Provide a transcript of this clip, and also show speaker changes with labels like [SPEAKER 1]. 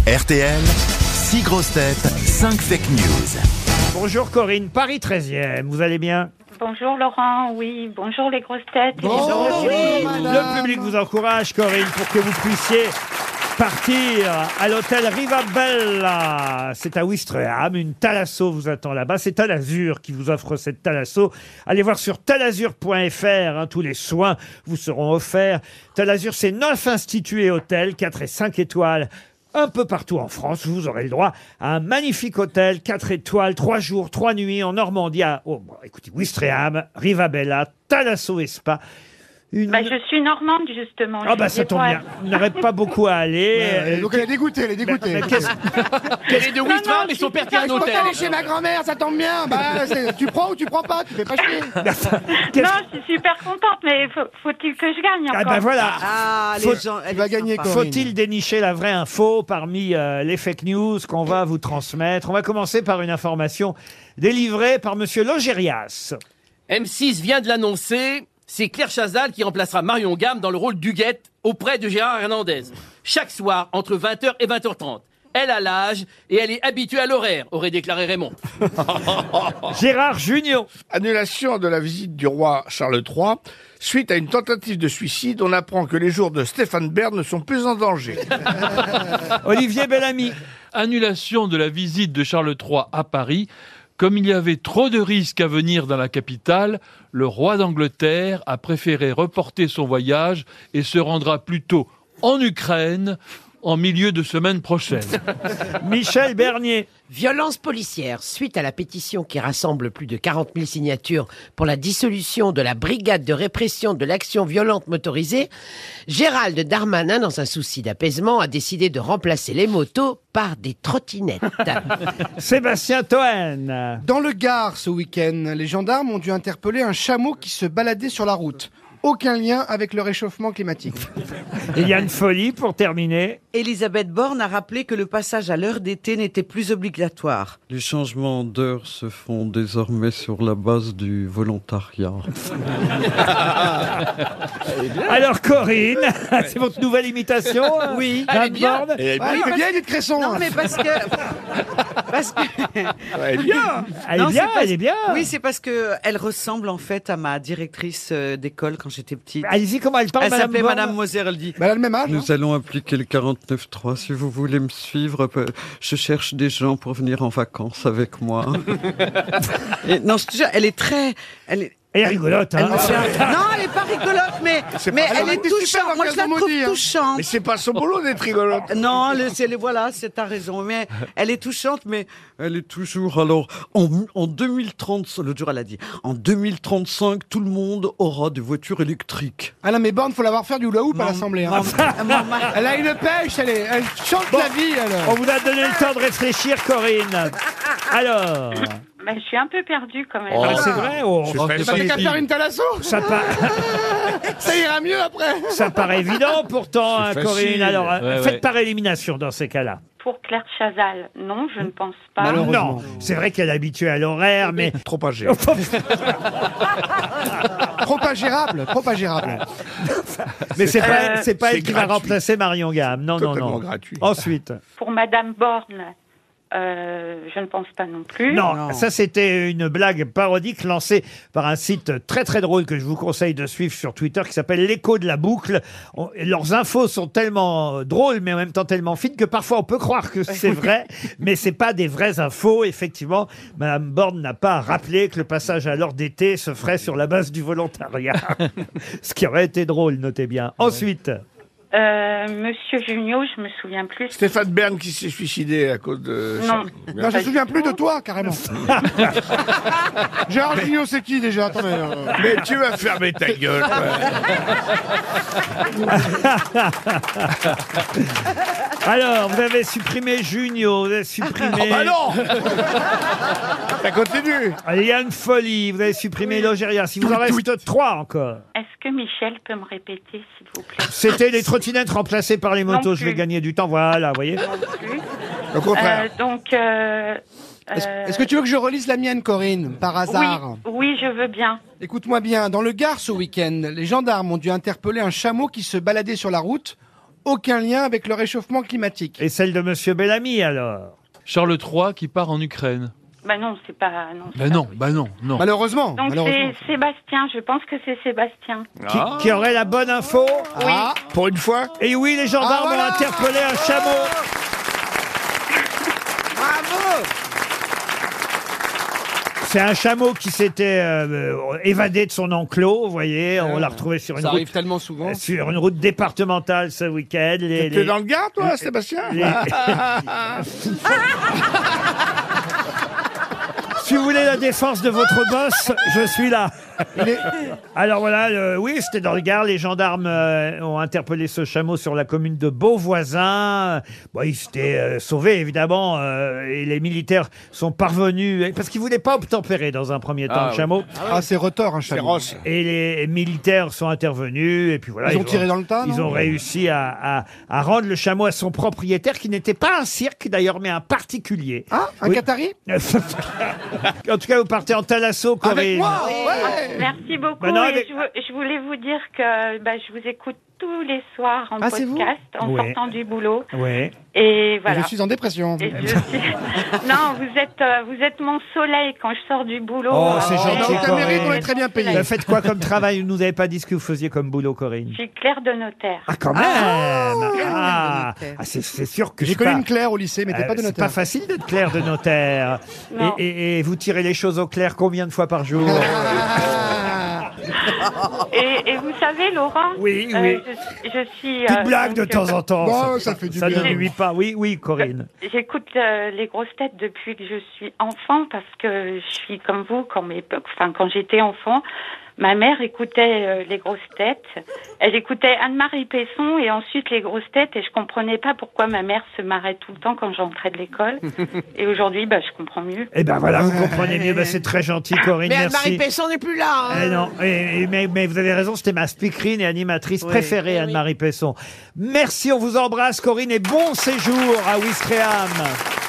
[SPEAKER 1] RTL, 6 grosses têtes, 5 fake news.
[SPEAKER 2] Bonjour Corinne, Paris 13e, vous allez bien
[SPEAKER 3] Bonjour Laurent, oui, bonjour les grosses têtes. et les
[SPEAKER 2] Bonjour,
[SPEAKER 3] heureux
[SPEAKER 2] oui.
[SPEAKER 3] du monde.
[SPEAKER 2] Le public vous encourage Corinne pour que vous puissiez partir à l'hôtel Rivabella. C'est à Ouistreham, une Thalasso vous attend là-bas. C'est Talazur qui vous offre cette Thalasso. Allez voir sur talazur.fr, hein, tous les soins vous seront offerts. Talazur, c'est neuf instituts et hôtels, 4 et 5 étoiles un peu partout en France, vous aurez le droit à un magnifique hôtel, 4 étoiles, 3 jours, 3 nuits en Normandie, à, oh, bon, écoutez, Ouistreham, Rivabella, Talasso et Spa. Une...
[SPEAKER 3] Bah, je suis normande justement.
[SPEAKER 2] ah bah
[SPEAKER 3] je
[SPEAKER 2] ça
[SPEAKER 3] suis
[SPEAKER 2] tombe
[SPEAKER 3] des
[SPEAKER 2] bien, vous n'aurez pas beaucoup à aller.
[SPEAKER 4] Euh,
[SPEAKER 2] Euh,
[SPEAKER 4] donc elle est dégoûtée, elle
[SPEAKER 5] bah,
[SPEAKER 4] est dégoûtée.
[SPEAKER 2] mais qu'est-ce-
[SPEAKER 6] Elle est de Wistram et son père tient un
[SPEAKER 4] Je peux pas
[SPEAKER 6] hôtel.
[SPEAKER 4] aller chez ma grand-mère, ça tombe bien. Bah, c'est- tu prends ou tu prends pas, tu fais pas chier.
[SPEAKER 5] Bah,
[SPEAKER 2] qu'est-ce-
[SPEAKER 3] poids. Non, je suis super contente, mais faut- faut-il que je gagne encore
[SPEAKER 2] Ah bah voilà
[SPEAKER 7] Ah,
[SPEAKER 2] Faut-
[SPEAKER 7] les gens. elle
[SPEAKER 4] Tu vas
[SPEAKER 7] est
[SPEAKER 4] gagner,
[SPEAKER 7] sympa.
[SPEAKER 4] Corinne.
[SPEAKER 2] Faut-il dénicher la vraie info parmi euh, les fake news qu'on va vous transmettre On va commencer par une information délivrée par Monsieur Logérias.
[SPEAKER 6] M6 vient de l'annoncer. C'est Claire Chazal qui remplacera Marion Gamme dans le rôle d'Huguette auprès de Gérard Hernandez. Chaque soir, entre 20h et 20h30. Elle a l'âge et elle est habituée à l'horaire, aurait déclaré Raymond.
[SPEAKER 2] Gérard Junior.
[SPEAKER 5] Annulation de la visite du roi Charles III. Suite à une tentative de suicide, on apprend que les jours de Stéphane Bern ne sont plus en danger.
[SPEAKER 2] Olivier Bellamy.
[SPEAKER 8] Annulation de la visite de Charles III à Paris. Comme il y avait trop de risques à venir dans la capitale, le roi d'Angleterre a préféré reporter son voyage et se rendra plutôt en Ukraine en milieu de semaine prochaine.
[SPEAKER 2] Michel Bernier.
[SPEAKER 7] Violence policière. Suite à la pétition qui rassemble plus de 40 000 signatures pour la dissolution de la brigade de répression de l'action violente motorisée, Gérald Darmanin, dans un souci d'apaisement, a décidé de remplacer les motos par des trottinettes.
[SPEAKER 2] Sébastien Toen.
[SPEAKER 4] Dans le Gard ce week-end, les gendarmes ont dû interpeller un chameau qui se baladait sur la route. Aucun lien avec le réchauffement climatique.
[SPEAKER 2] Et Yann Folie pour terminer.
[SPEAKER 9] Elisabeth Borne a rappelé que le passage à l'heure d'été n'était plus obligatoire.
[SPEAKER 10] Les changements d'heure se font désormais sur la base du volontariat.
[SPEAKER 2] Alors Corinne, c'est votre nouvelle imitation euh,
[SPEAKER 9] Oui.
[SPEAKER 2] Anne
[SPEAKER 9] Elle est bien.
[SPEAKER 2] Borne
[SPEAKER 4] Ah, il fait bien, il est de Cresson.
[SPEAKER 9] Non,
[SPEAKER 4] hein.
[SPEAKER 9] mais parce que. parce que-
[SPEAKER 2] Elle est
[SPEAKER 9] Non,
[SPEAKER 2] bien,
[SPEAKER 9] c'est parce-
[SPEAKER 2] elle est bien.
[SPEAKER 9] Oui, c'est parce que elle ressemble en fait à ma directrice euh, d'école quand j'étais petite.
[SPEAKER 2] Allez-y, comment elle parle,
[SPEAKER 9] Elle
[SPEAKER 2] Madame
[SPEAKER 9] s'appelait
[SPEAKER 2] Borne
[SPEAKER 9] Ah, Madame Moser, elle dit.
[SPEAKER 4] Bah, elle a le même âge. hein.
[SPEAKER 10] Nous allons appliquer le 49.3. Si vous voulez me suivre, peu- je cherche des gens pour venir en vacances avec moi.
[SPEAKER 9] Et- non, je te jure, elle est très. Elle est,
[SPEAKER 2] Elle est rigolote,
[SPEAKER 9] elle
[SPEAKER 2] hein.
[SPEAKER 9] me fait- non, elle est pas rigolote, mais,
[SPEAKER 5] C'est
[SPEAKER 9] mais
[SPEAKER 5] pas-
[SPEAKER 9] elle
[SPEAKER 5] elle
[SPEAKER 9] est
[SPEAKER 5] était super
[SPEAKER 9] touchante.
[SPEAKER 5] dans
[SPEAKER 9] Moi, je la
[SPEAKER 5] Quasimodo,
[SPEAKER 9] trouve
[SPEAKER 5] hein.
[SPEAKER 9] touchante.
[SPEAKER 5] Mais c'est pas son boulot d'être rigolote.
[SPEAKER 9] Non, le, c'est, le- voilà, c'est ta raison. Mais elle est touchante, mais
[SPEAKER 10] Elle est toujours alors en, en 2030. Le jour, elle a dit en 2035, tout le monde aura des voitures électriques.
[SPEAKER 4] Ah non, mais Borne, faut l'avoir faire du hula hoop à l'Assemblée. hein.
[SPEAKER 9] Ah, mon mari-
[SPEAKER 4] Elle a une pêche, elle, est- elle chante la vie. elle.
[SPEAKER 2] On vous a donné le temps de réfléchir, Corinne. Alors,
[SPEAKER 3] Bah, Je suis un peu perdue quand même.
[SPEAKER 2] ah, c'est vrai, oh,
[SPEAKER 5] C'est facile.
[SPEAKER 4] T'as qu'à faire une thalasso,
[SPEAKER 2] ça, pa-
[SPEAKER 4] ça ira mieux après.
[SPEAKER 2] ça paraît évident pourtant, hein,
[SPEAKER 5] C'est
[SPEAKER 2] Corinne.
[SPEAKER 5] facile.
[SPEAKER 2] Alors, euh,
[SPEAKER 8] Ouais,
[SPEAKER 2] faites
[SPEAKER 8] ouais.
[SPEAKER 2] par élimination dans ces cas-là.
[SPEAKER 3] Pour Claire Chazal, non, je ne pense pas.
[SPEAKER 2] Non, c'est vrai qu'elle est habituée à l'horaire, mais
[SPEAKER 5] Trop âgé.
[SPEAKER 4] Trop ingérable, trop ingérable.
[SPEAKER 2] mais c'est pas
[SPEAKER 3] Euh,
[SPEAKER 2] c'est pas
[SPEAKER 5] c'est
[SPEAKER 2] elle qui va
[SPEAKER 5] gratuit.
[SPEAKER 2] remplacer Marion Gamme. Non, non,
[SPEAKER 5] Totalement
[SPEAKER 2] non.
[SPEAKER 5] gratuit.
[SPEAKER 2] Ensuite.
[SPEAKER 3] Pour Madame Borne, euh, je ne pense pas non plus.
[SPEAKER 2] Non,
[SPEAKER 9] Non.
[SPEAKER 2] ça c'était une blague parodique lancée par un site très très drôle que je vous conseille de suivre sur Twitter qui s'appelle l'écho de la boucle. On- leurs infos sont tellement euh, drôles mais en même temps tellement fines que parfois on peut croire que c'est vrai, mais c'est pas des vraies infos. Effectivement, Madame Borne n'a pas rappelé que le passage à l'heure d'été se ferait sur la base du volontariat. Ce qui aurait été drôle, notez bien. Ensuite,
[SPEAKER 3] Euh, Monsieur Junio, je me souviens plus.
[SPEAKER 5] Stéphane Bern qui s'est suicidé à cause de.
[SPEAKER 3] Non.
[SPEAKER 4] Non, je me souviens plus de toi, carrément. Gérard Junior, c'est qui déjà Attendez, euh,
[SPEAKER 5] Mais tu vas fermer ta gueule. ouais.
[SPEAKER 2] alors vous avez supprimé Junio, vous avez supprimé
[SPEAKER 5] Oh bah non Ça continue.
[SPEAKER 2] Liane Folie, vous avez supprimé Logéria. Si vous en reste trois encore.
[SPEAKER 3] Est-ce que Michel peut me répéter, s'il vous plaît
[SPEAKER 2] C'était les trottinettes remplacées par les motos.
[SPEAKER 3] Non
[SPEAKER 2] Je vais
[SPEAKER 3] plus.
[SPEAKER 2] gagner du temps. Voilà, vous voyez.
[SPEAKER 3] Non plus.
[SPEAKER 5] Au contraire.
[SPEAKER 3] Euh, donc. euh,
[SPEAKER 4] Est-ce
[SPEAKER 3] euh,
[SPEAKER 4] est-ce que tu veux que je relise la mienne, Corinne, par hasard
[SPEAKER 3] oui, euh, oui, je veux bien.
[SPEAKER 4] Écoute-moi bien, dans le Gard ce week-end, les gendarmes ont dû interpeller un chameau qui se baladait sur la route. aucun lien avec le réchauffement climatique.
[SPEAKER 2] Et celle de Monsieur Bellamy alors
[SPEAKER 8] Charles III qui part en Ukraine.
[SPEAKER 3] Bah non, c'est pas. Non.
[SPEAKER 8] Ben non, ben non, non.
[SPEAKER 4] Malheureusement.
[SPEAKER 3] Donc c'est Sébastien, je pense que c'est Sébastien.
[SPEAKER 2] Qui, qui aurait la bonne info
[SPEAKER 6] Ah.
[SPEAKER 5] Pour une fois
[SPEAKER 2] Et oui, les gendarmes
[SPEAKER 4] Ah, voilà
[SPEAKER 2] ont interpellé un chameau.
[SPEAKER 7] Bravo
[SPEAKER 2] C'est un chameau qui s'était euh, euh, évadé de son enclos, vous voyez. On l'a retrouvé sur une
[SPEAKER 6] Ah. Ça arrive
[SPEAKER 2] route, euh,
[SPEAKER 6] tellement souvent.
[SPEAKER 2] sur une route départementale ce week-end. Les-
[SPEAKER 5] T'es
[SPEAKER 2] les-
[SPEAKER 5] dans le gars, toi, Sébastien
[SPEAKER 2] Si vous voulez la défense de votre boss, je suis là. Alors voilà, le- oui, c'était dans le Gard. Les gendarmes euh, ont interpellé ce chameau sur la commune de Beauvoisin. Bon, il s'était euh, sauvé, évidemment, euh, et les militaires sont parvenus, parce qu'ils voulaient pas obtempérer dans un premier temps
[SPEAKER 6] Ah,
[SPEAKER 2] le
[SPEAKER 6] oui.
[SPEAKER 2] chameau.
[SPEAKER 4] Ah, c'est retors, un
[SPEAKER 5] C'est
[SPEAKER 4] chameau.
[SPEAKER 5] Ross.
[SPEAKER 2] Et les militaires sont intervenus, et puis voilà.
[SPEAKER 4] Ils ont tiré dans le tas,
[SPEAKER 2] Ils
[SPEAKER 4] Ah non
[SPEAKER 2] ont réussi à, à- à rendre le chameau à son propriétaire, qui n'était pas un cirque d'ailleurs, mais un particulier.
[SPEAKER 4] Ah, un
[SPEAKER 2] Oui.
[SPEAKER 4] Qatari
[SPEAKER 2] en tout cas, vous partez en Talasso, Corinne.
[SPEAKER 4] Ouais.
[SPEAKER 3] Merci beaucoup.
[SPEAKER 2] Bah non,
[SPEAKER 3] et
[SPEAKER 2] avec-
[SPEAKER 3] je, vou- je voulais vous dire que bah, je vous écoute tous les soirs en
[SPEAKER 4] Ah, c'est vous
[SPEAKER 3] podcast, en
[SPEAKER 2] Ouais.
[SPEAKER 3] sortant du boulot.
[SPEAKER 2] Ouais.
[SPEAKER 3] Et voilà.
[SPEAKER 4] Je suis en dépression.
[SPEAKER 3] Et je suis- non, vous êtes, euh, vous êtes mon soleil quand je sors du boulot.
[SPEAKER 2] Oh, c'est
[SPEAKER 3] Euh,
[SPEAKER 2] gentil,
[SPEAKER 3] vous êtes
[SPEAKER 2] Corinne.
[SPEAKER 3] mon
[SPEAKER 2] On est
[SPEAKER 4] très bien payés.
[SPEAKER 2] Vous
[SPEAKER 3] soleil.
[SPEAKER 2] faites quoi comme travail Vous nous avez pas dit ce que vous faisiez comme boulot, Corinne.
[SPEAKER 3] Je suis Claire de notaire.
[SPEAKER 2] Ah, quand même Ah,
[SPEAKER 9] notaire.
[SPEAKER 2] Ah, c'est c'est sûr que
[SPEAKER 4] J'ai
[SPEAKER 2] c'est pas-
[SPEAKER 4] connu une Claire au lycée, mais t'es
[SPEAKER 2] euh,
[SPEAKER 4] pas de
[SPEAKER 2] C'est pas
[SPEAKER 4] notaire.
[SPEAKER 2] facile d'être clair de notaire.
[SPEAKER 3] Non.
[SPEAKER 2] Et, et- et vous tirez les choses au clair combien de fois par jour
[SPEAKER 3] Et, et vous savez, Laurent
[SPEAKER 2] Oui,
[SPEAKER 3] euh,
[SPEAKER 2] oui.
[SPEAKER 3] Je, je suis.
[SPEAKER 2] Petite
[SPEAKER 3] euh,
[SPEAKER 2] blague de
[SPEAKER 3] donc,
[SPEAKER 2] temps
[SPEAKER 3] euh,
[SPEAKER 2] en temps.
[SPEAKER 4] Bon, ça fait du
[SPEAKER 2] ça
[SPEAKER 4] bien.
[SPEAKER 2] ne nuit pas. Oui, oui, Corinne.
[SPEAKER 3] J'écoute euh, les grosses têtes depuis que je suis enfant parce que je suis comme vous quand mes enfin quand j'étais enfant, ma mère écoutait euh, les grosses têtes. Elle écoutait Anne-Marie Pesson et ensuite les grosses têtes et je comprenais pas pourquoi ma mère se marrait tout le temps quand j'entrais de l'école. et aujourd'hui, bah je comprends mieux.
[SPEAKER 2] Eh ben voilà, vous comprenez mieux. Ben, c'est très gentil, Corinne.
[SPEAKER 7] Mais Anne-Marie
[SPEAKER 2] merci.
[SPEAKER 7] Pesson n'est plus là. hein.
[SPEAKER 2] Eh non, eh, eh, mais, mais vous avez raison, c'était ma speakerine et animatrice
[SPEAKER 7] Eh
[SPEAKER 2] préférée, Anne-Marie Pesson. Merci, on vous embrasse, Corinne, et bon séjour à Wistreham.